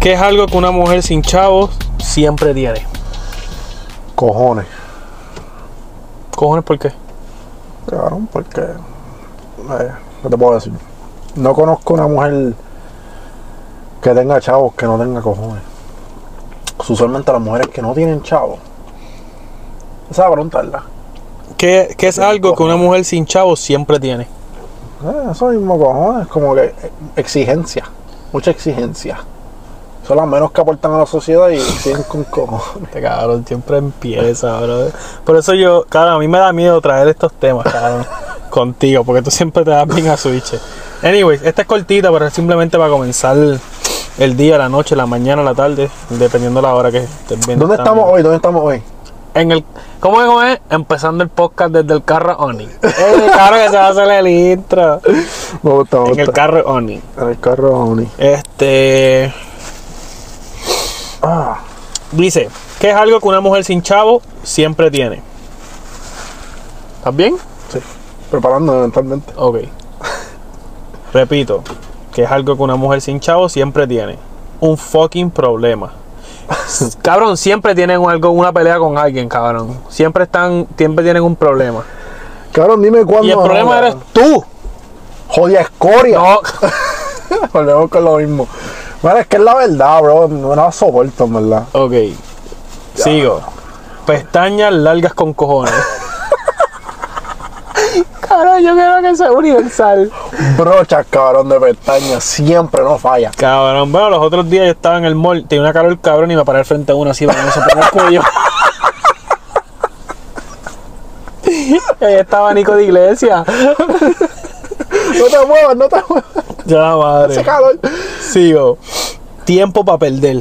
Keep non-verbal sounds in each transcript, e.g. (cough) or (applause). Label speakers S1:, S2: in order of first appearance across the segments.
S1: ¿Qué es algo que una mujer sin chavos siempre tiene?
S2: Cojones.
S1: ¿Cojones por qué?
S2: Claro, porque. eh, ¿Qué te puedo decir? No conozco una mujer que tenga chavos que no tenga cojones. Usualmente las mujeres que no tienen chavos. Esa es la pregunta, ¿verdad?
S1: ¿Qué, qué es algo que una mujer sin chavos siempre tiene?
S2: Eh, eso mismo, cojones. Como que eh, exigencia. Mucha exigencia. Son las menos que aportan a la sociedad y siguen con cojones.
S1: Este cabrón siempre empieza, bro. Por eso yo, claro, a mí me da miedo traer estos temas, cabrón, (laughs) contigo, porque tú siempre te das bien a switch. Anyways, esta es cortita, pero es simplemente para comenzar el día, la noche, la mañana, la tarde, dependiendo de la hora que estés viendo.
S2: ¿Dónde
S1: esta
S2: estamos
S1: mierda.
S2: hoy? ¿Dónde estamos hoy?
S1: En el, ¿Cómo es, cómo es? Empezando el podcast desde el carro
S2: (laughs)
S1: Oni. El carro que se va a hacer el intro.
S2: Me gusta, me
S1: En el
S2: gusta.
S1: carro Oni.
S2: En el carro, Oni.
S1: Este.
S2: Ah.
S1: Dice, ¿qué es algo que una mujer sin chavo siempre tiene? ¿Estás bien?
S2: Sí, preparando mentalmente.
S1: Ok. (laughs) Repito, que es algo que una mujer sin chavo siempre tiene. Un fucking problema. S- (laughs) cabrón, siempre tienen algo, una pelea con alguien, cabrón. Siempre están, siempre tienen un problema.
S2: Cabrón, dime cuándo.
S1: Y el
S2: no,
S1: problema eres
S2: cabrón. (laughs)
S1: tú.
S2: Jodia escoria. (laughs)
S1: No.
S2: Volvemos con lo mismo. Bueno, es que es la verdad, bro. No la soporto, en verdad.
S1: Ok. Sigo. Pestañas largas con (laughs) cojones. cabrón, yo creo que sea universal.
S2: Brochas, cabrón, de pestañas. Siempre no falla.
S1: Cabrón, bueno, los otros días yo estaba en el mall, tenía una calor cabrón y me paré al frente de uno así para que no se ponga el cuello. Y (laughs) Ahí estaba Nico de Iglesia.
S2: No te muevas, no te muevas. (laughs)
S1: Ya
S2: Ese
S1: madre.
S2: calor.
S1: Sigo. Tiempo para perder.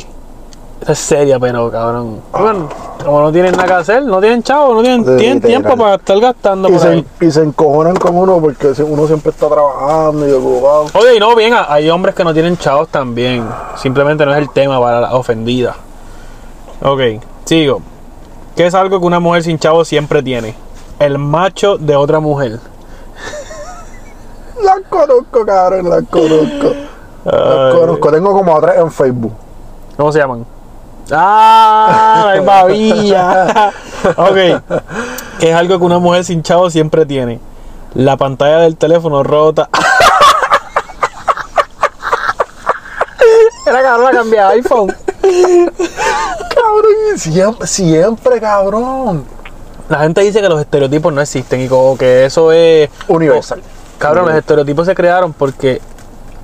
S1: Esa es seria, pero cabrón. Bueno, como no tienen nada que hacer, no tienen chavo, no tienen,
S2: Sí,
S1: tienen tiempo
S2: literal.
S1: para estar gastando
S2: Y
S1: por
S2: se,
S1: ahí.
S2: y se encojonan con uno porque se- uno siempre está trabajando y ocupado.
S1: Oye, y no, bien, a- hay hombres que no tienen chavos también. Simplemente no es el tema para la ofendida. Ok, sigo. ¿Qué es algo que una mujer sin chavos siempre tiene? El macho de otra mujer.
S2: Las conozco, cabrón, las conozco. Las
S1: Ay,
S2: conozco. Tengo como a tres en Facebook.
S1: Eh, ¿Cómo se llaman? (laughs) ¡Ah! ¡La babilla! ok. ¿Qué es algo que una mujer sin chavos siempre tiene? La pantalla del teléfono rota. Era cabrón, la cambié de iPhone.
S2: Cabrón, siempre, siempre, cabrón.
S1: La gente dice que los estereotipos no existen y como que eso es...
S2: Universal.
S1: Cabrón, los estereotipos se crearon porque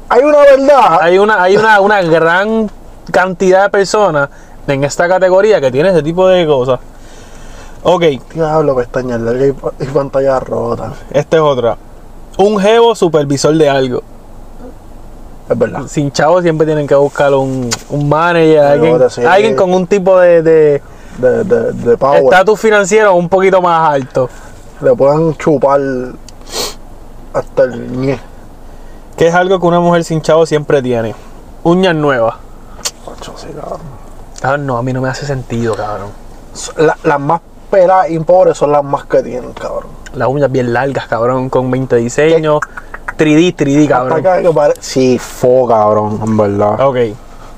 S2: Hay una verdad.
S1: hay una, hay una, una gran cantidad de personas en esta categoría que tienen ese tipo de cosas. Ok,
S2: Diablo, pestañas largas y pa- y, pantalla rota.
S1: esta es otra. Un jevo supervisor de algo.
S2: Es verdad.
S1: Sin chavos siempre tienen que buscar un, un manager, alguien,
S2: ahora sí.
S1: alguien con un tipo de, de
S2: De, de, de power.
S1: estatus financiero un poquito más alto.
S2: Le pueden chupar hasta el ñe.
S1: Que es algo que una mujer sin chavos siempre tiene. Uñas nuevas.
S2: Macho, sí, cabrón.
S1: Ah, no, a mí no me hace sentido, cabrón.
S2: So- la- las más peladas y pobres son las más que tienen, cabrón.
S1: Las uñas bien largas, cabrón, con 20 diseños. 3D, 3D,
S2: Hasta
S1: cabrón.
S2: acá que pare- Sí, fo, cabrón, en verdad.
S1: Ok,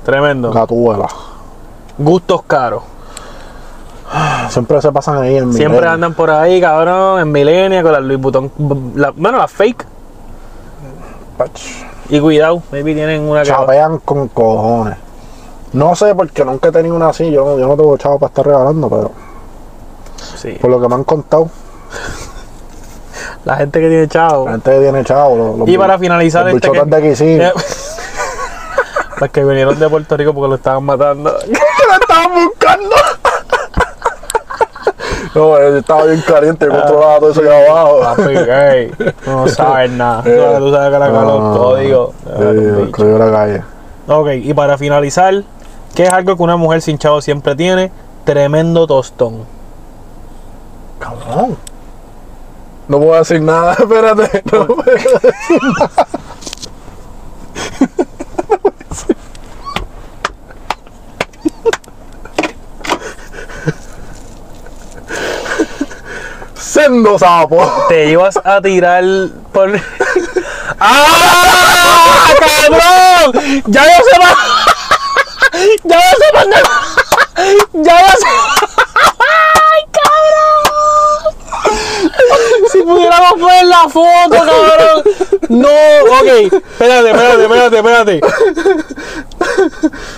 S1: tremendo.
S2: Gatúbela.
S1: Gustos caros.
S2: Siempre se pasan ahí en
S1: Siempre
S2: Milenio.
S1: andan por ahí, cabrón, en Milenia con las Louis Vuitton. la- bueno, las fake.
S2: Pach.
S1: Y cuidado, maybe tienen una que
S2: Chapean con cojones. No sé porque nunca he tenido una así. Yo, no- yo no tengo chavo para estar regalando, pero eh.
S1: Sí.
S2: por lo que me han contado,
S1: La gente que tiene chavo.
S2: la gente que tiene chavo. Los, los
S1: Y para finalizar
S2: los
S1: este.
S2: bichotas de aquí, sí.
S1: (laughs) Los que vinieron de Puerto Rico porque lo estaban matando.
S2: la estaban buscando. No, él estaba bien caliente, controlaba todo eso que abajo.
S1: Papi, ey, tú no sabes nada. Tú sabes- Tú sabes que la
S2: (laughs) No,
S1: calor,
S2: no, no.
S1: código.
S2: Sí, el código de la calle.
S1: Ok, y para finalizar, ¿qué es algo que una mujer sin chavo siempre tiene? Tremendo tostón.
S2: Cabrón. No puedo decir nada, (laughs) espérate. No puedo decir nada. Sendo sapo.
S1: Te ibas a tirar por. (laughs) ¡Ah! ¡Cabrón! ¡Ya yo sé más! (laughs) ¡Ya vas a mandar! ¡Ya vas (laughs) ¡Ay, cabrón! Si pudiéramos ver la foto, cabrón. No, ok. Espérate, espérate, espérate, espérate.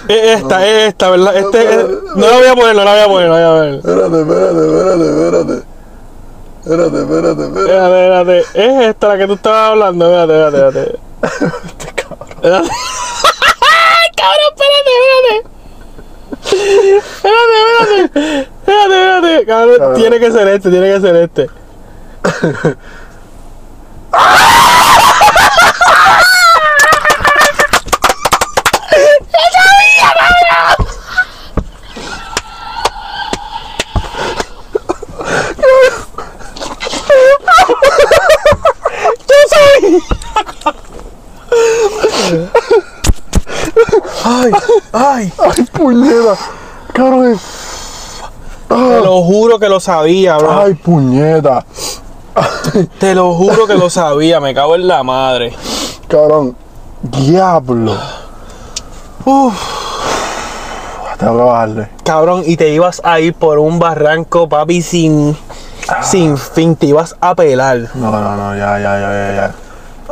S1: Es esta, es esta, ¿verdad? Este, es- no la voy a poner, no la voy a poner, no la voy a poner.
S2: Espérate, espérate, espérate, espérate. Espérate, espérate, espérate.
S1: Espérate, espérate. Es esta la que tú estabas hablando. Espérate, espérate, espérate.
S2: Este cabrón.
S1: Espérate. ¡Ay, cabrón, espérate, espérate! Espérate, espérate. Espérate, espérate. Cabrón,
S2: Cabrón.
S1: tiene que ser este, tiene que ser este. ¡Yo soy!
S2: Ay, ay, ay, puñeta. Cabrón.
S1: Te lo juro que lo sabía, bro.
S2: Ay, puñeta.
S1: Te lo juro que lo sabía, me cago en la madre.
S2: Cabrón. Diablo.
S1: Uf,
S2: Tengo que bajarle.
S1: cabrón, y te ibas a ir por un barranco, papi, sin, sin fin, te ibas a pelar.
S2: No, no, no, ya, ya, ya, ya, ya.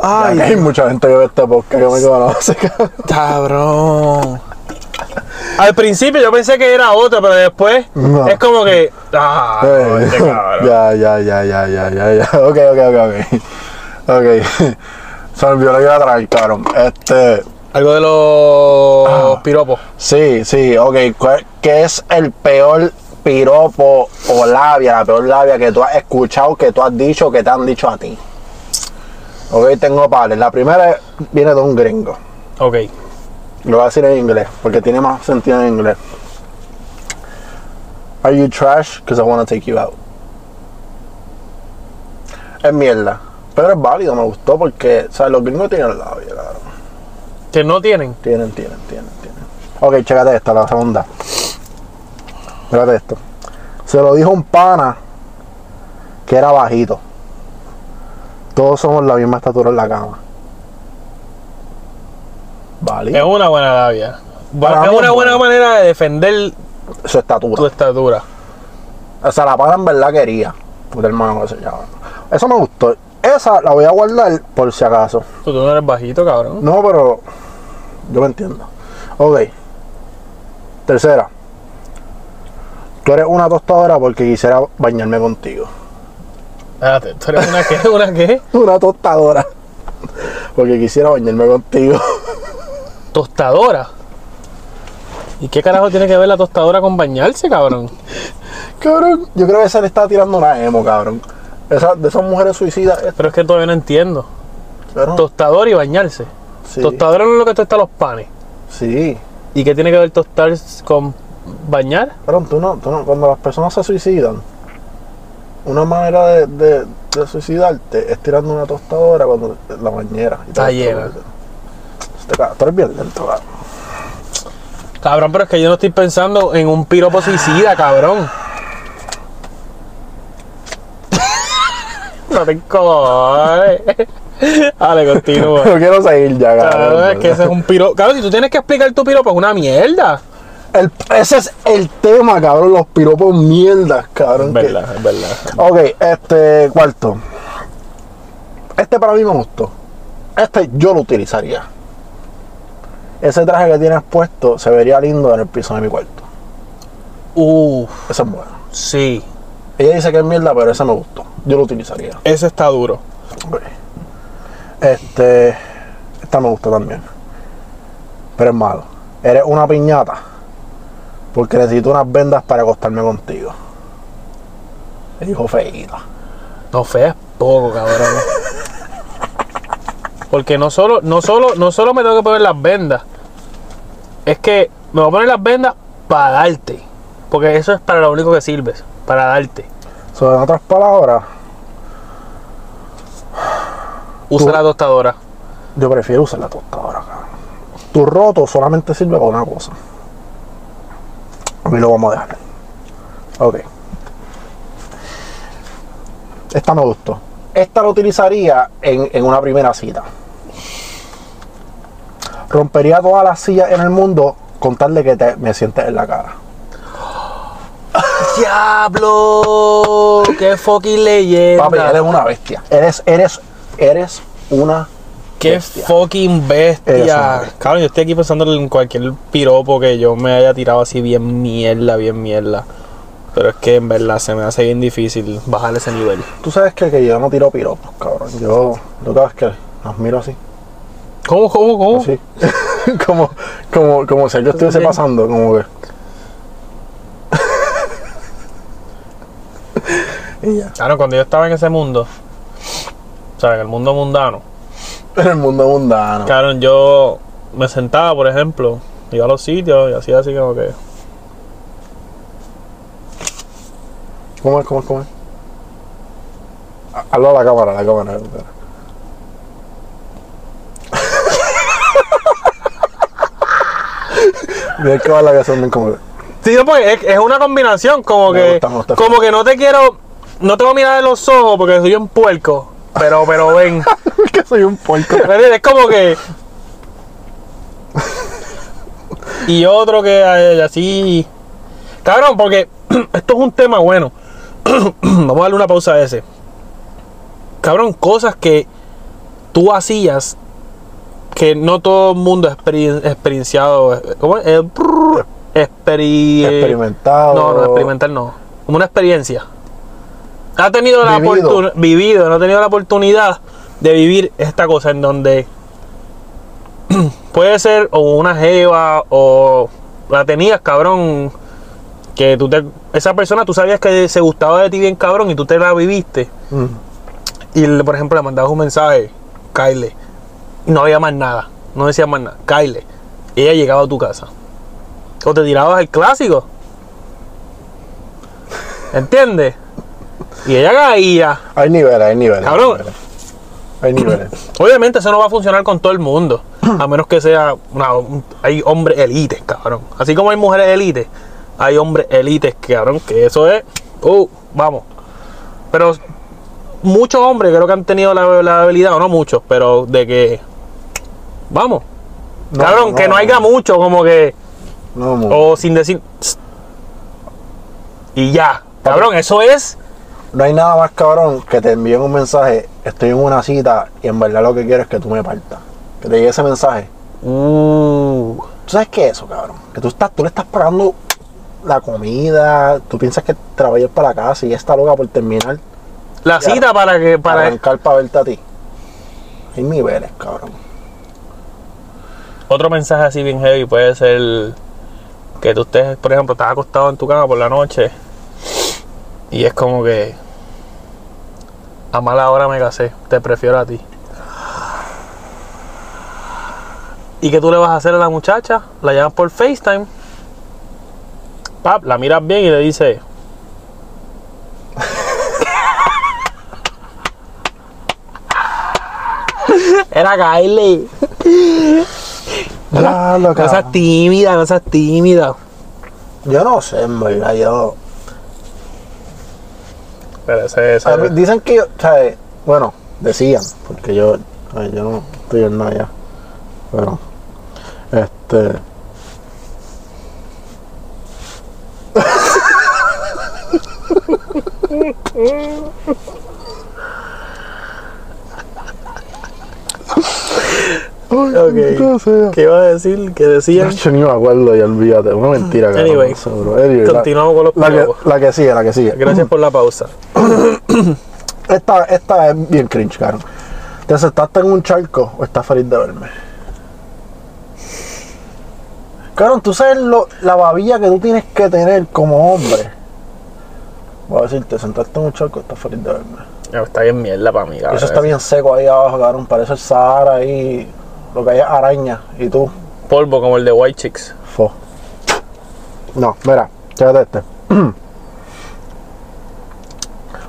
S1: Ay,
S2: Hay mucha gente que ve este podcast que me conoce, cabrón.
S1: cabrón. Al principio yo pensé que era otra, pero después
S2: No.
S1: es como que. Ah, no, este cabrón.
S2: ya, ya, ya, ya, ya, ya, ya. Ok, ok, ok, ok. Ok. (laughs) Se me olvidó lo que iba a traer, cabrón. Este.
S1: Algo de los piropos.
S2: Sí, sí, ok. ¿Cuál- ¿Qué es el peor piropo o labia, la peor labia que tú has escuchado, que tú has dicho, que te han dicho a ti? Ok, tengo pares. La primera es- viene de un gringo.
S1: Ok.
S2: Lo voy a decir en inglés, porque tiene más sentido en inglés. Are you trash? Because I want to take you out. Es mierda. Pero es válido, me gustó porque, o sea, los gringos tienen labia, claro.
S1: Que no tienen.
S2: Tienen, tienen, tienen, tienen. Ok, chécate esta, la segunda. Chécate esto. Se lo dijo un pana que era bajito. Todos somos la misma estatura en la cama.
S1: Es
S2: Vale.
S1: una buena labia.
S2: Para
S1: es
S2: mí
S1: una
S2: es
S1: buena
S2: buena.
S1: manera de defender
S2: Su estatura.
S1: tu estatura.
S2: O sea, la pana en verdad quería. Puta hermano, ese cabrón. Eso me gustó. Esa la voy a guardar por si acaso.
S1: Tú, tú no eres bajito, cabrón.
S2: No, pero yo me entiendo. Ok. Tercera. Tú eres una tostadora porque quisiera bañarme contigo. (laughs)
S1: Espérate, ¿tú eres una qué? ¿Una qué?
S2: Una tostadora. (laughs) Porque quisiera bañarme contigo. (laughs)
S1: Tostadora. ¿Y qué carajo tiene que ver la tostadora con bañarse, cabrón?
S2: Cabrón, yo creo que se le está tirando una emo, cabrón. Esa- de esas mujeres suicidas. es-
S1: Pero es que todavía no entiendo.
S2: cabrón,
S1: Tostador y bañarse.
S2: sí,
S1: Tostadora no es lo que tosta los panes.
S2: sí.
S1: ¿Y qué tiene que ver tostar con bañar?
S2: Cabrón, tú no, tú no- cuando las personas se suicidan, una manera de, de- de suicidarte es tirando una tostadora cuando la bañera. y te
S1: Está
S2: vas
S1: llena.
S2: todo. Este ca- Tú eres bien lento, cabrón.
S1: Cabrón, pero es que yo no estoy pensando en un piropo suicida, cabrón. (laughs) no te encojones. Dale, continúa.
S2: Yo quiero seguir ya,
S1: Cabrón,
S2: cabrón.
S1: es que ese es un piropo. Cabrón, si tú tienes que explicar tu piropo, es una mierda.
S2: El- ese es el tema, cabrón. Los piropos mierdas, cabrón. que-
S1: es verdad.
S2: Ok, este cuarto. Este para mí me gustó. Este yo lo utilizaría. Ese traje que tienes puesto se vería lindo en el piso de mi cuarto.
S1: Uff,
S2: Ese es bueno.
S1: sí.
S2: Ella dice que es mierda, pero ese me gustó. Yo lo utilizaría.
S1: Ese está duro.
S2: Ok. Este. Esta me gusta también. Pero es malo. Eres una piñata. Porque necesito unas vendas para acostarme contigo. Me dijo feita.
S1: No feas poco, cabrón. Porque no solo, no solo, no solo me tengo que poner las vendas. Es que me voy a poner las vendas para darte. Porque eso es para lo único que sirves, para darte.
S2: So, en otras palabras,
S1: Usa
S2: Tú-
S1: la tostadora.
S2: yo prefiero usar la tostadora, cabrón. Tu roto solamente sirve para una cosa. Y lo vamos a dejar. Ok. Esta me gustó. Esta la utilizaría en, en una primera cita. Rompería todas las sillas en el mundo Contarle que te- me sientes en la cara.
S1: ¡Diablo! ¡Qué fucking leyenda!
S2: Papi, eres una bestia. Eres, eres, eres una
S1: ¡Qué
S2: bestia.
S1: fucking
S2: Eres una
S1: bestia!
S2: bestia.
S1: Cabrón, yo estoy aquí pensando en cualquier piropo que yo me haya tirado así bien mierda, bien mierda. Pero es que en verdad se me hace bien difícil bajar ese nivel.
S2: Tú sabes que, que yo no tiro piropos, cabrón. Yo lo que hago es que los miro así.
S1: ¿Cómo, cómo, cómo?
S2: Así. (laughs) como, como, como si yo estuviese
S1: bien.
S2: pasando, como que. y ya.
S1: Claro, cuando yo estaba en ese mundo, o sea, en el mundo mundano,
S2: En el mundo mundano.
S1: claro, yo me sentaba, por ejemplo, iba a los sitios y hacía así como que.
S2: ¿Cómo es, cómo es, cómo es? Ha- Hazlo a la cámara, a la
S1: (laughs)
S2: cámara. espera. Mira que va la que son bien como.
S1: Sí, no, porque es, es una combinación, como
S2: Me
S1: que.
S2: gusta, me gusta.
S1: Como que no te quiero. No te voy a mirar en los ojos porque soy un puerco. Pero, pero ven.
S2: que soy un puerco.
S1: ¿Me entiendes? Es como que. Y otro que eh, así. Cabrón, porque (clears throat) esto es un tema bueno. (clears throat) Vamos a darle una pausa a ese. Cabrón, cosas que tú hacías que no todo el mundo ha experi- experienciado. eh, ¿Cómo es? Eh, prrr, experi-
S2: Experimentado.
S1: Eh, No, no, experimentar no. Como una experiencia. Ha tenido la
S2: Vivido.
S1: oportunidad. Vivido, no ha tenido la oportunidad de vivir esta cosa en donde (clears throat) puede ser o una jeva o la tenías, cabrón. Que tú te, esa persona tú sabías que se gustaba de ti bien cabrón y tú te la viviste.
S2: Mm.
S1: Y le- por ejemplo le mandabas un mensaje, Kyle. y No había más nada. No decía más nada. Kyle. y Ella llegaba a tu casa. O te tirabas el clásico. ¿Entiendes? Y ella caía.
S2: Hay niveles, hay niveles.
S1: Cabrón.
S2: Hay niveles. Hay niveles.
S1: (coughs) Obviamente eso no va a funcionar con todo el mundo. A menos que sea... una- un- hay hombres elites, cabrón. Así como hay mujeres elites, hay hombres elites, cabrón. Que eso es... Uh, vamos. Pero muchos hombres creo que han tenido la, la habilidad, o no muchos, pero de que... Vamos. cabrón, que no haya mucho, como que...
S2: No, no.
S1: O sin decir... "Psst". Y ya. Cabrón, eso es...
S2: No hay nada más cabrón que te envíen un mensaje, estoy en una cita y en verdad lo que quiero es que tú me partas. Que te llegue ese mensaje.
S1: Uh,
S2: ¿Tú sabes qué es eso, cabrón? Que tú, estás, tú le estás pagando la comida, tú piensas que trabajas para la casa y ella está loca por terminar,
S1: la
S2: Ya.
S1: cita para que...
S2: para
S1: Para,
S2: arrancar para verte a ti. Hay niveles, cabrón.
S1: Otro mensaje así bien heavy puede ser que tú estés, por ejemplo, estás acostado en tu cama por la noche y es como que a mala hora me casé, te prefiero a ti. ¿Y qué tú le vas a hacer a la muchacha? La llamas por FaceTime. Pap, la miras bien y le dices... Era Kylie.
S2: Ya, lo,
S1: No
S2: cabrón.
S1: seas tímida, no seas tímida.
S2: Yo no sé, en verdad, yo.
S1: Pero ese, ese-
S2: A mí dicen que yo, ¿sabes? Bueno, decían, porque yo, ay, yo no estoy en nada ya. Pero, este.
S1: Ok. ¿Qué iba a decir? Que decían.
S2: Yo ni me acuerdo, ya olvídate. Una mentira, cabrón.
S1: Anyway,
S2: seguro. Anyway, la-
S1: Continuamos con los
S2: la,
S1: piropos.
S2: que, la que sigue, la que sigue.
S1: Gracias por la pausa.
S2: Esta, esta es bien cringe, cabrón. ¿Te sentaste en un charco o estás feliz de verme? Cabrón, tú sabes lo- la babilla que tú tienes que tener como hombre. Voy a decir, te sentaste en un charco o estás feliz de verme.
S1: No, está bien mierda para mí, cabrón.
S2: Eso está bien seco ahí abajo, cabrón. Parece el Sahara ahí. Lo que hay es araña. Y tú,
S1: Polvo como el de White Chicks.
S2: Fo. No, mira, chévate este. (clears throat)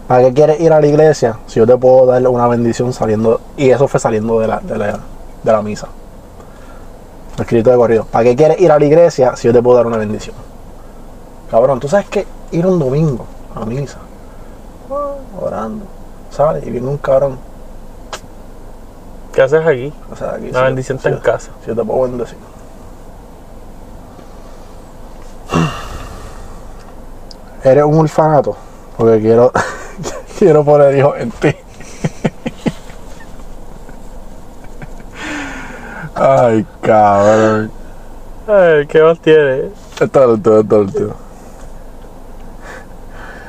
S2: ¿Para qué quieres ir a la iglesia si yo te puedo dar una bendición saliendo? Y eso fue saliendo de la, de la, de la misa. Escrito de corrido. ¿Para qué quieres ir a la iglesia si yo te puedo dar una bendición? Cabrón, tú sabes que ir un domingo a misa, orando, sale y viene un cabrón.
S1: ¿Qué haces aquí?
S2: O sea, aquí, si
S1: La
S2: yo-
S1: bendición está
S2: si
S1: en
S2: yo-
S1: casa.
S2: si yo te puedo bendecir. eres un orfanato. Porque quiero, (laughs) quiero poner hijos en ti. Ay, cabrón.
S1: Ay, ¿qué más tiene?
S2: Está el último, está el último.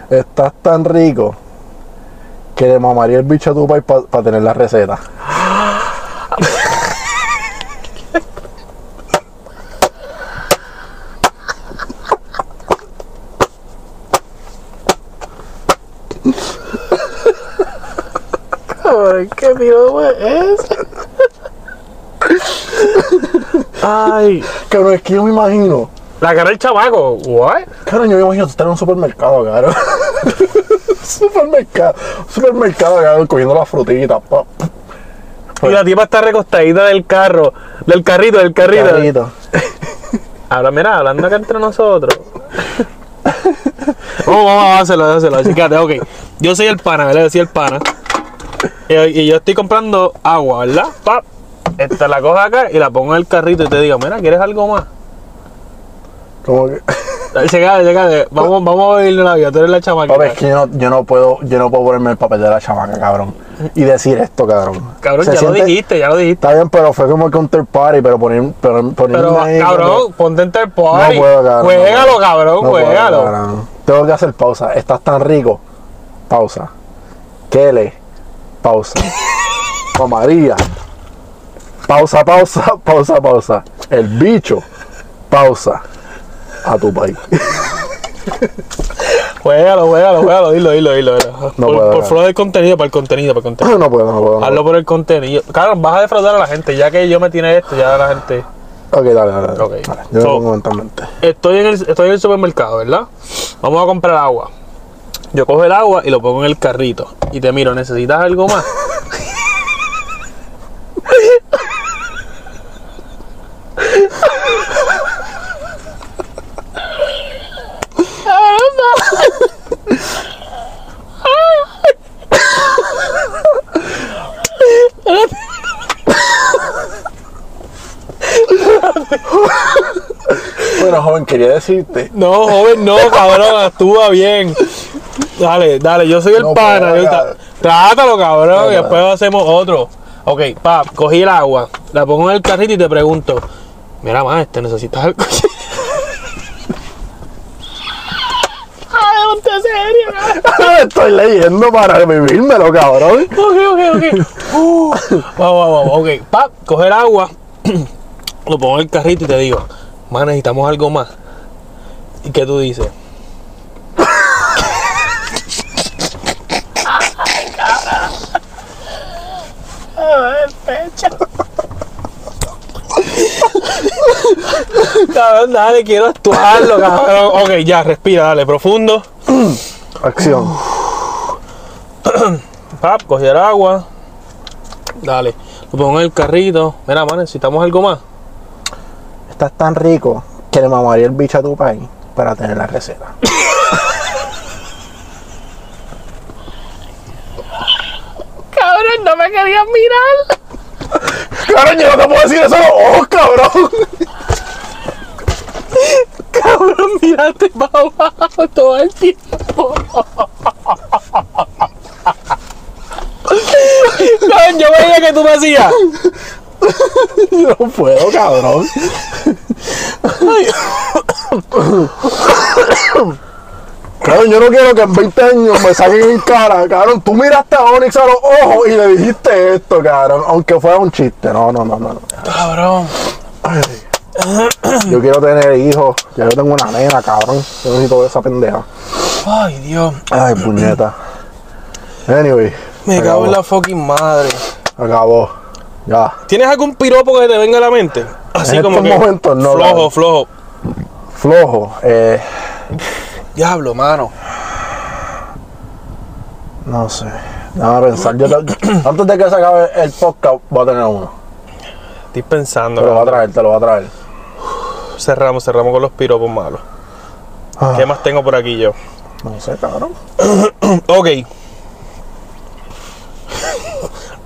S2: Estás tan rico que le mamaría el bicho a tu país para tener la receta.
S1: Cabrón, ¿qué eh. piropo es? Ay,
S2: Cabrón, es (laughs) que yo me imagino.
S1: la cara del chamaco. ¿What?
S2: Cabrón, yo me imagino tú estás en un supermercado, cabrón. (laughs) supermercado. Supermercado, cabrón, cogiendo las frutitas. pa, pa,
S1: Y la tipa está recostadita del carro, del carrito, del carrito.
S2: carrito.
S1: Ahora, mira, hablando acá entre nosotros. (laughs) vamos, vamos, dáselo, dáselo. Fíjate, ok. Yo soy el pana, ¿verdad? Yo soy el pana. Y, y yo estoy comprando agua, ¿verdad? Pap. Esta la cojo acá y la pongo en el carrito y te digo, mira, ¿quieres algo más?
S2: Como que.
S1: Llega, llega, vamos, vamos a beberle la vida, tú eres la chamaca.
S2: Papi, es que yo no, yo no puedo, yo no puedo ponerme el papel de la chamaca, cabrón. Y decir esto, cabrón.
S1: Cabrón,
S2: Se
S1: ya lo
S2: siente-
S1: dijiste, ya lo dijiste.
S2: Está bien, pero fue como el counter party, pero poner, pero, ponerme
S1: Pero,
S2: ahí,
S1: cabrón, ponte en third
S2: No
S1: party.
S2: puedo,
S1: Juégalo,
S2: cabrón. no puedo.
S1: cabrón,
S2: No puedo,
S1: juégalo.
S2: cabrón. Tengo que hacer pausa. Estás tan rico. Pausa. Kele. (laughs) Pausa. O María. Pausa, pausa, pausa, pausa. El bicho. Pausa. A tu país. (coughs)
S1: Juégalo, juégalo, juégalo, dilo, dilo, dilo. dilo.
S2: No
S1: por
S2: puedo,
S1: por
S2: no.
S1: flow del contenido, para el contenido, para el contenido.
S2: no puedo, no puedo. no
S1: Hazlo por el contenido. Claro, vas a defraudar a la gente, ya que yo me tiene esto, ya la gente.
S2: puedo. Ok, dale, dale. dale.
S1: Ok.
S2: Dale, Yo me
S1: So-
S2: pongo mentalmente.
S1: Estoy en, el, estoy en el supermercado, ¿verdad? Vamos a comprar agua. Yo cojo el agua y lo pongo en el carrito. Y te miro, ¿necesitas algo más?
S2: Bueno, joven, quería decirte.
S1: No, joven, no, cabrón, actúa bien. Dale, dale, yo soy el
S2: No
S1: pana.
S2: puedo,
S1: yo ta-
S2: cabrón.
S1: Trátalo, cabrón, y
S2: puedo.
S1: después hacemos otro. Ok, pa, cogí el agua, la pongo en el carrito y te pregunto, mira, más, ¿te necesitas algo? Ay, ponte serio,
S2: (laughs) Estoy leyendo para vivírmelo, cabrón.
S1: Ok, ok, ok. Uh, vamos, vamos, vamos. Ok, pap, coger agua. (clears throat) Lo pongo en el carrito y te digo, man, necesitamos algo más. ¿Y qué tú dices? (laughs) Cabrón, dale, quiero actuarlo, cabrón. Ok, ya, respira, dale, profundo.
S2: Acción.
S1: Pap, coger agua. Dale. Lo pongo en el carrito. Mira, man, necesitamos algo más.
S2: Estás tan rico que le mamaría el bicho a tu país para tener la receta.
S1: Cabrón, no me querías mirar.
S2: ¡Cabrón, yo no te puedo decir eso a los ojos, cabrón! (laughs)
S1: Cabrón, miraste para abajo todo el tiempo. Cabrón, yo veía que tú me hacías.
S2: Yo no puedo, cabrón. Cabrón, yo no quiero que en 20 años me saquen en cara, cabrón. Tú miraste a Onyx a los ojos y le dijiste esto, cabrón. Aunque fuera un chiste. No, no, no, no. no.
S1: Cabrón.
S2: Yo quiero tener hijos. Ya yo tengo una nena, cabrón. Yo necesito esa pendeja.
S1: Ay, Dios.
S2: Ay, puñeta. Anyway.
S1: Me cago en
S2: acabó.
S1: la fucking madre.
S2: Acabó. Ya.
S1: ¿Tienes algún piropo que te venga a la mente? Así
S2: En
S1: como
S2: estos
S1: que
S2: momentos no,
S1: flojo,
S2: cabrón.
S1: flojo.
S2: Flojo. Eh,
S1: Diablo, mano.
S2: no sé. Déjame pensar. Yo te- (coughs) antes de que se acabe el podcast, voy a tener uno.
S1: Estoy pensando.
S2: Te lo voy a traer, te lo voy a traer.
S1: Cerramos, cerramos con los piropos malos.
S2: Ah,
S1: ¿Qué más tengo por aquí yo?
S2: no sé, cabrón.
S1: Ok.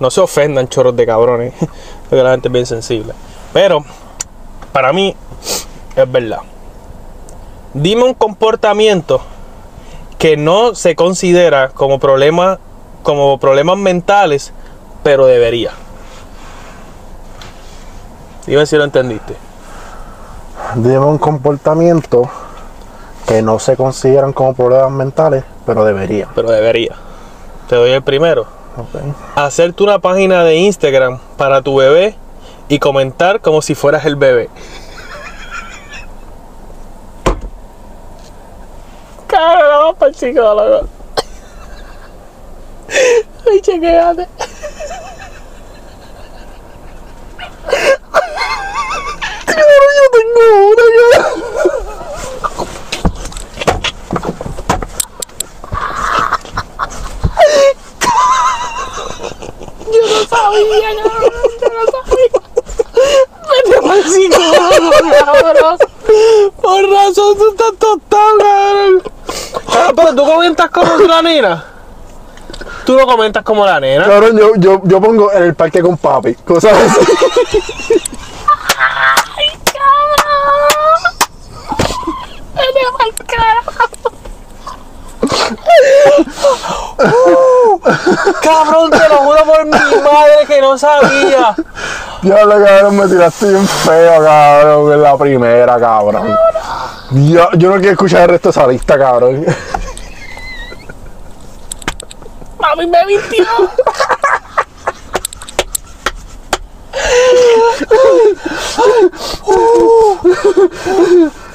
S1: No se ofendan, chorros de cabrones. (laughs) Porque la gente es bien sensible. Pero, para mí, es verdad. Dime un comportamiento que no se considera como problema, como problemas mentales, pero debería. Dime si lo entendiste.
S2: Dime un comportamiento que no se consideran como problemas mentales, pero deberían.
S1: Pero debería. Te doy el primero.
S2: Ok.
S1: Hacerte una página de Instagram para tu bebé y comentar como si fueras el bebé. Cabrón, vamos para el psicólogo. Ay, chequeate. Cabrón, yo tengo una, cabrón. Yo no sabía, cabrón. Yo no sabía. Vete pa'l psicólogo, cabrón. Por razón tú estás tostado, cabrón. Ah, pero tú comentas como la nena. Tú no comentas como la nena.
S2: Cabrón, yo, yo, yo pongo en el parque con papi, cosas así.
S1: Cabrón, te lo juro por mi madre que no sabía.
S2: Diablo, cabrón, me tiraste bien feo, cabrón, en la primera, cabrón. Yo, yo no quiero escuchar el resto de esa lista, cabrón.
S1: Mami me vistió.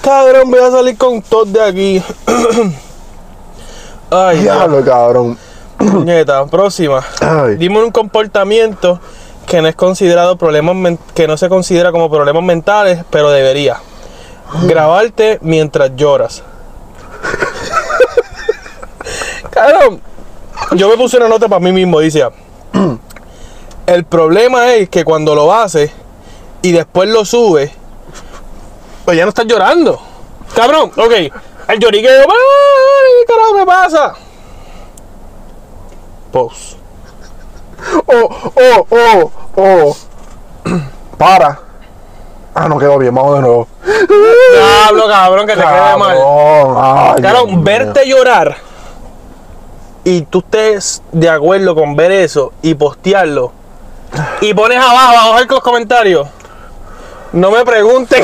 S1: Cabrón, voy a salir con todo de aquí. (clears throat) Ay,
S2: Diablo, cabrón.
S1: Nieta, próxima.
S2: Ay.
S1: Dime un comportamiento que no es considerado problemas men- que no se considera como problemas mentales, pero debería. Grabarte mientras lloras. Cabrón, yo me puse una nota para mí mismo, dice. El problema es que cuando lo haces y después lo subes, pues ya no estás llorando. Cabrón, ok. El lloriqueo, ¡ay, qué carajo me pasa! Pause.
S2: Oh, oh, oh, oh. (clears throat) Para. Ah, no quedó bien, vamos de nuevo.
S1: Diablo, cabrón, que te quede mal.
S2: ay, Dios mío.
S1: Cabrón, verte llorar y tú estés de acuerdo con ver eso y postearlo y pones abajo, abajo en los comentarios. No me pregunten.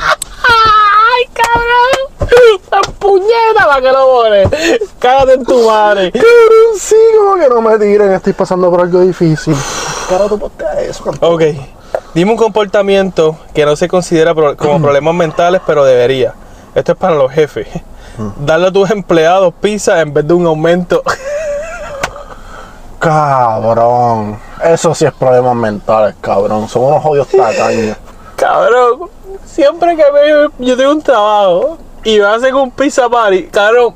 S1: ¡Ay, cabrón! ¡La puñeta para que lo pones! Cágate en tu madre.
S2: Cabrón, sí, como que no me tiren, estoy pasando por algo difícil. Cara, tú posteas eso, cabrón.
S1: Ok. Dime un comportamiento que no se considera pro- (clears throat) como problemas mentales, pero debería. Esto es para los jefes. Darle a tus empleados pizza en vez de un aumento. (laughs)
S2: Cabrón. Eso sí es problemas mentales, cabrón. Son unos odios tacaños.
S1: Cabrón, siempre que me- yo tengo un trabajo y me hacen un pizza party, cabrón,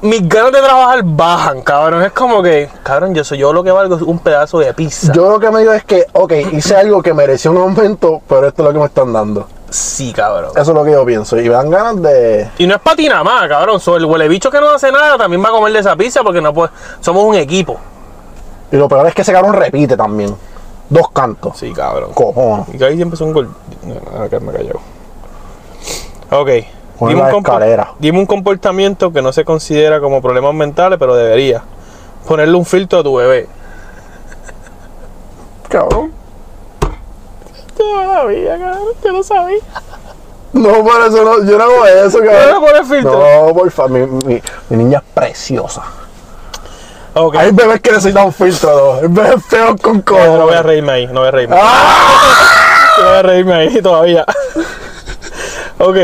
S1: mis ganas de trabajar bajan, cabrón. Es como que, cabrón, yo soy yo lo que valgo es un pedazo de pizza.
S2: Yo lo que me digo es que, ok, hice algo que mereció un aumento, pero esto es lo que me están dando.
S1: Sí, cabrón.
S2: Eso es lo que yo pienso. Y me dan ganas de.
S1: Y no es patina más, cabrón. So, el huele bicho que no hace nada también va a comer de esa pizza porque no puede. Somos un equipo.
S2: Y lo peor es que ese cabrón repite también. Dos cantos.
S1: Sí, cabrón.
S2: Cojones.
S1: Y que ahí siempre son gol. no, acá me callado. Ok.
S2: Pon la
S1: compo-
S2: escalera.
S1: dime un comportamiento que no se considera como problemas mentales, pero debería. Ponerle un filtro a tu bebé.
S2: Cabrón.
S1: Yo no sabía, cabrón. Yo no sabía.
S2: No, por eso no, yo no hago eso,
S1: ¿No le
S2: cabrón.
S1: pones filtro?
S2: No, por favor, mi, mi- mi niña es preciosa.
S1: Ok.
S2: Hay bebés que necesitan un filtro, ¿no? bebés feos con
S1: no, no voy a
S2: cojones.
S1: reírme ahí. No voy a reírme.
S2: ¡Ah!
S1: (laughs) No voy a reírme ahí todavía. ok.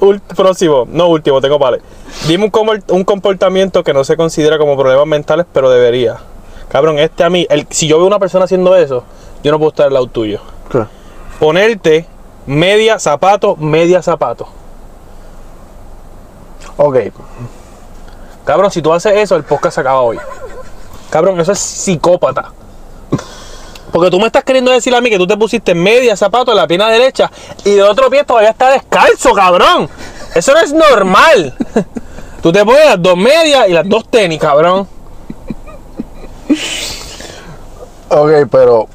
S1: ul- próximo. No último, tengo vale. Dime un, comor- un comportamiento que no se considera como problemas mentales, pero debería. Cabrón, este a mí. el- si yo veo una persona haciendo eso, yo no puedo estar al lado tuyo.
S2: ¿Qué?
S1: ponerte media zapato, media zapato.
S2: Ok,
S1: Cabrón, si tú haces eso, el podcast se acaba hoy. Cabrón, eso es psicópata. Porque tú me estás queriendo decir a mí que tú te pusiste media zapato en la pierna derecha y de otro pie todavía está descalzo, cabrón. Eso no es normal. Tú te pones las dos medias y las dos tenis, cabrón.
S2: ok, pero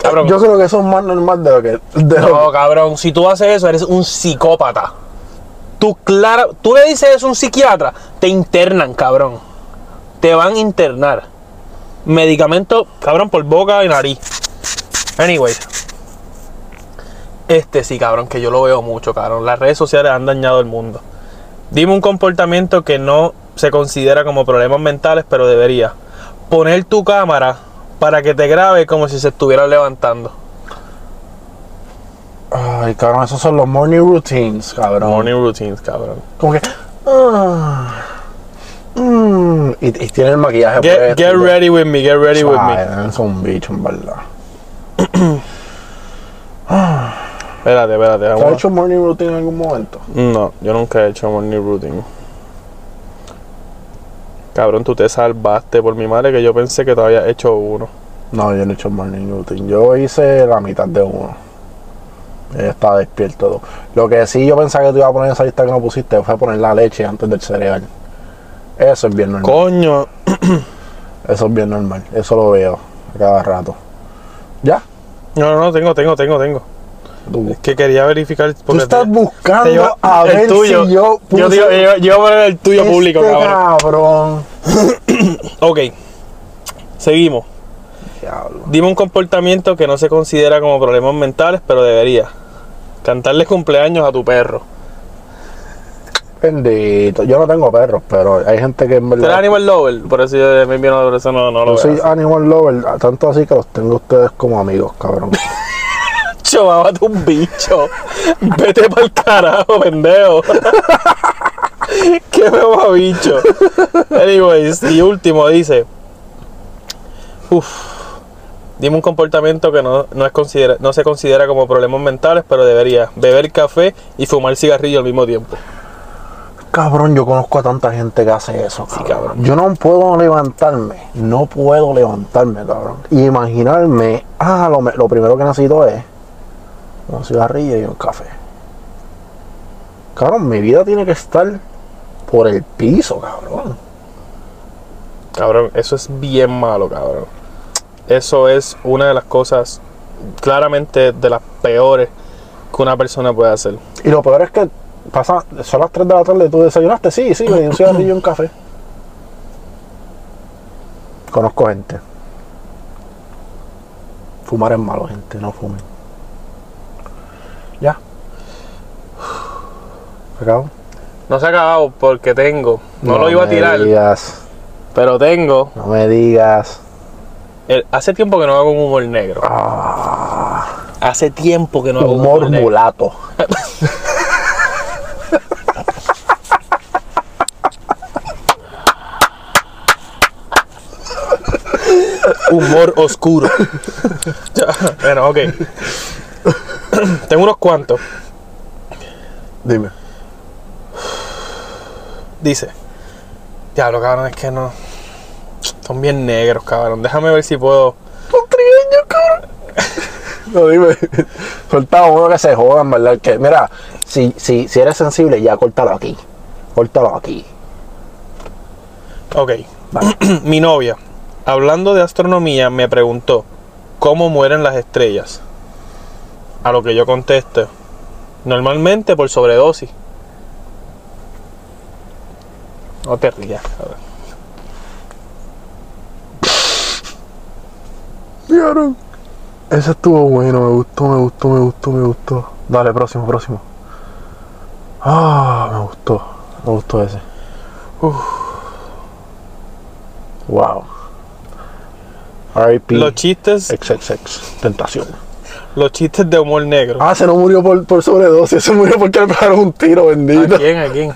S1: Cabrón.
S2: yo creo que eso es más normal de lo que. de lo-
S1: No, cabrón, si tú haces eso, eres un psicópata. Tú, clara, tú le dices eso a un psiquiatra, te internan, cabrón. Te van a internar. Medicamento, cabrón, por boca y nariz. Anyway. Este sí, cabrón, que yo lo veo mucho, cabrón. Las redes sociales han dañado el mundo. Dime un comportamiento que no se considera como problemas mentales, pero debería. Poner tu cámara para que te grabe como si se estuviera levantando.
S2: Ay, cabrón, esos son los morning routines, cabrón.
S1: Morning routines, cabrón.
S2: Como que. ah, mm, y, y tiene el maquillaje
S1: Get,
S2: puesto,
S1: get
S2: y-
S1: ready with me, get ready with
S2: Ay,
S1: me.
S2: es un bicho, en verdad.
S1: Espérate, espérate.
S2: ¿Te has
S1: vamos.
S2: hecho morning routine en algún momento?
S1: No, yo nunca he hecho morning routine. Cabrón, tú te salvaste por mi madre que yo pensé que te habías hecho uno.
S2: Mm. No, yo no he hecho morning routine. Yo hice la mitad de uno. Ella estaba despierto. todo. Lo que sí yo pensaba que te iba a poner en esa lista que no pusiste fue poner la leche antes del cereal. Eso es bien normal.
S1: Coño,
S2: Eso es bien normal. Eso lo veo a cada rato. ¿Ya?
S1: no, no, no, tengo, tengo, tengo, tengo.
S2: Tú,
S1: Que quería verificar.
S2: tú
S1: porque
S2: estás
S1: te-
S2: buscando
S1: te lleva-
S2: a
S1: el
S2: ver
S1: tuyo.
S2: si yo puse
S1: Yo, digo, yo, yo voy a poner el tuyo
S2: este
S1: público, cabrón.
S2: cabrón.
S1: Ok, seguimos.
S2: Diablo.
S1: Dime un comportamiento que no se considera como problemas mentales, pero debería. Cantarle cumpleaños a tu perro.
S2: Bendito. Yo no tengo perros, pero hay gente que en
S1: ¿Tú eres
S2: verdad...
S1: animal lover? Por eso yo me envío por eso no, no lo
S2: Yo soy
S1: veo.
S2: animal lover, tanto así que los tengo a ustedes como amigos, cabrón.
S1: Bicho, mamate un bicho. Vete pa'l carajo, pendejo. Qué mamá bicho. Anyways, y último dice. Uf. Dime un comportamiento que no, no es considera, no se considera como problemas mentales, pero debería beber café y fumar cigarrillo al mismo tiempo.
S2: (laughs) Cabrón, yo conozco a tanta gente que hace eso, cabrón.
S1: cabrón.
S2: Yo no puedo levantarme, no puedo levantarme, cabrón. Y imaginarme, ah, lo, me- lo primero que necesito es un cigarrillo y un café. Cabrón, mi vida tiene que estar por el piso, cabrón.
S1: Cabrón, eso es bien malo, cabrón. Eso es una de las cosas claramente de las peores que una persona puede hacer.
S2: Y lo peor es que pasa, son las 3 de la tarde y tú desayunaste, sí, sí, me di un cigarrillo y un café. Conozco gente. Fumar es malo, gente, no fumen. Ya. ¿Se acabó?
S1: No se ha acabado porque tengo. No, lo iba a
S2: me
S1: tirar,
S2: Digas,
S1: pero tengo.
S2: no me digas.
S1: el- hace tiempo que no hago un humor negro. Hace tiempo que no hago un Ah. humor,
S2: Humor
S1: negro.
S2: mulato.
S1: Humor oscuro. (laughs) Ya, bueno, ok. (coughs) tengo unos cuantos.
S2: Dime.
S1: Dice. Diablo, cabrón, es que no. Son bien negros, cabrón. Déjame ver si puedo.
S2: No, dime. (laughs) Suelta uno que se joda, en verdad. Que, mira, si, si, si eres sensible, ya córtalo aquí. Córtalo aquí.
S1: Ok. (clears throat) Mi novia, hablando de astronomía, me preguntó cómo mueren las estrellas. A lo que yo contesto, normalmente por sobredosis. No te rías. cabrón.
S2: ¿Vieron? Ese estuvo bueno, me gustó, me gustó, me gustó, me gustó. Dale, próximo, próximo. Ah, me gustó, me gustó ese. Wow. RIP.
S1: Los chistes,
S2: XXX. Tentación.
S1: los chistes de humor negro.
S2: Ah, se no murió por, por sobredosis, se murió porque le pegaron un tiro, bendito.
S1: ¿A quién? ¿A
S2: (laughs)
S1: quién?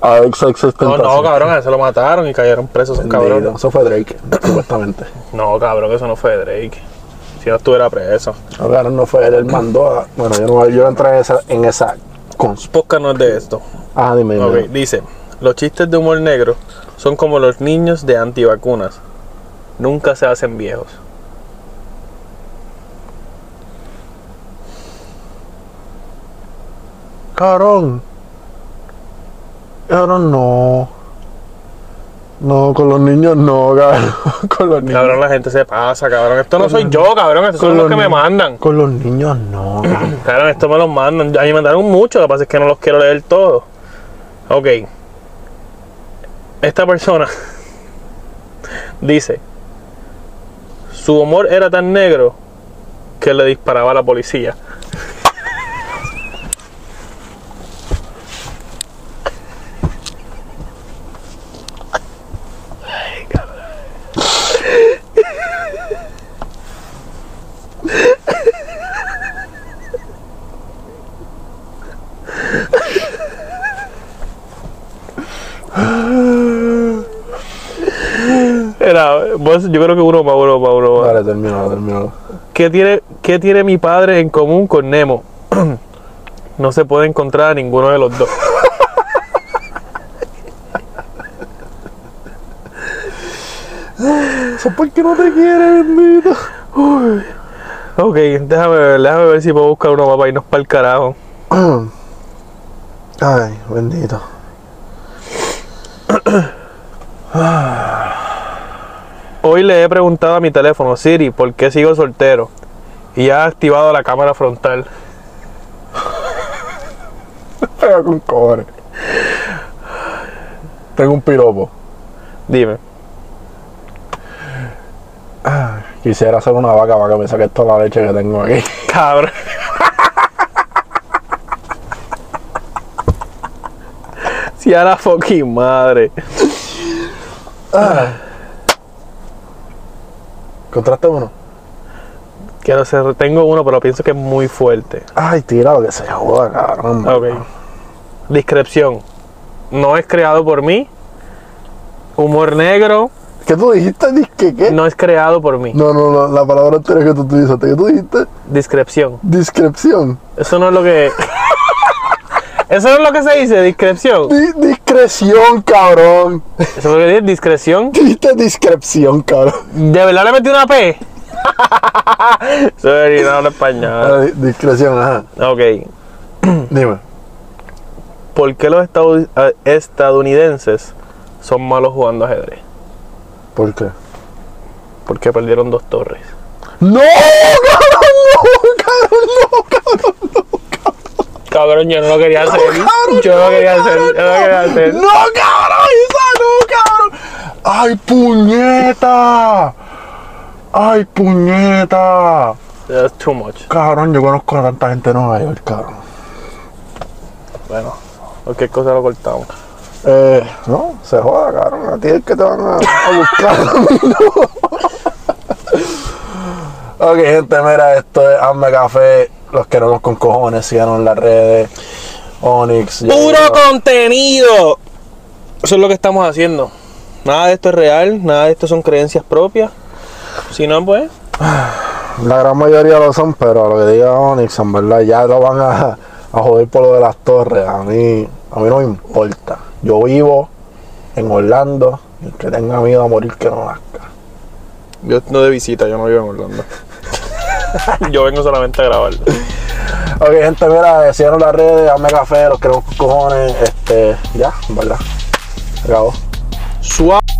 S2: A XXX
S1: No,
S2: Tentación.
S1: no, cabrón, a ese lo mataron y cayeron presos esos
S2: Bendito.
S1: cabrones.
S2: Eso fue Drake, (clears throat) supuestamente.
S1: No, cabrón, eso no fue Drake. Si no estuviera preso.
S2: No, cabrón, no fue él, él mandó a. Bueno, yo no, yo no entré en esa, en esa cons-
S1: Podcast no es de esto.
S2: Ah, dime, dime.
S1: Ok, dice, los chistes de humor negro son como los niños de antivacunas. Nunca se hacen viejos.
S2: Cabrón. Cabrón, no. No, con los niños no, cabrón. (laughs) Con los niños.
S1: Cabrón, la gente se pasa, cabrón. Esto no
S2: Con
S1: soy
S2: los-
S1: yo, cabrón. Estos son los que
S2: ni-
S1: me mandan.
S2: Con los niños no, cabrón.
S1: Cabrón, esto me los mandan. A mí me mandaron mucho, lo que pasa es que no los quiero leer todos. Ok. Esta persona (laughs) dice: Su humor era tan negro que le disparaba a la policía. Era, vos- yo creo que uno más, uno más, uno más.
S2: Vale, termino, termino.
S1: ¿Qué tiene, ¿Qué tiene mi padre en común con Nemo? (clears throat) No se puede encontrar a ninguno de los dos. (laughs)
S2: Eso es porque no te quiere, bendito.
S1: Ok, déjame ver, déjame ver si puedo buscar uno más para irnos para el carajo.
S2: (clears throat) Ay, bendito.
S1: Hoy le he preguntado a mi teléfono, Siri, ¿por qué sigo soltero? Y ha activado la cámara frontal.
S2: Pero con cobre. Tengo un piropo.
S1: Dime.
S2: Quisiera hacer una vaca para que me saque toda la leche que tengo aquí.
S1: Cabrón. (laughs) Si a la fucking madre.
S2: ¿Contraste uno?
S1: Quiero ser, tengo uno, pero pienso que es muy fuerte.
S2: Ay, tira lo que se joda, cabrón.
S1: Ah, Ok. Descripción. No es creado por mí. Humor negro.
S2: ¿Qué tú dijiste? ¿Disque qué?
S1: No es creado por mí.
S2: No, no, no, la palabra entera que tú utilizaste. ¿Qué tú dijiste?
S1: Descripción.
S2: Discreción.
S1: Eso no es lo (laughs) que. Eso no es lo que se dice, discreción.
S2: Di- discreción, cabrón.
S1: Eso es lo que dice, discreción.
S2: Dijiste discreción, cabrón.
S1: ¿De verdad le metí una (laughs) P? Soy original español.
S2: Ah, di- discreción, ajá.
S1: Ok.
S2: Dime.
S1: ¿Por qué los estadu- eh, estadounidenses son malos jugando ajedrez?
S2: ¿Por qué?
S1: Porque perdieron dos torres.
S2: ¡No, cabrón! ¡No, cabrón! ¡No, cabrón!
S1: Cabrón, yo no lo quería (laughs) hacer. yo no lo quería hacer. Yo no lo quería hacer.
S2: ¡No, cabrón! ¡Isa, no, cabrón! ¡Ay, puñeta! ¡Ay, puñeta!
S1: That's too much.
S2: Cabrón, yo conozco a tanta gente de Nueva York, cabrón.
S1: Bueno, cualquier cosa lo cortamos.
S2: Eh, no, se joda, cabrón. A ti es que te van a, a buscar. (laughs) a mí no. ok, gente, mira, esto es Hazme Café. Los queremos con cojones. Síganos en las redes. Onyx.
S1: ¡Puro
S2: Yayo.
S1: contenido! Eso es lo que estamos haciendo. Nada de esto es real, nada de esto son creencias propias. Si no, pues.
S2: La gran mayoría lo son, pero lo que diga Onyx, en verdad, ya lo van a, a joder por lo de las torres. A mí, a mí no me importa. Yo vivo en Orlando. y El que tenga miedo a morir, que no nazca.
S1: Yo no de visita, yo no vivo en Orlando. (laughs) yo vengo solamente a grabar.
S2: Ok, gente, mira, cierro las redes, hazme café, los queremos con cojones. Este, ya, en ¿verdad? Se Acabó.
S1: Suave.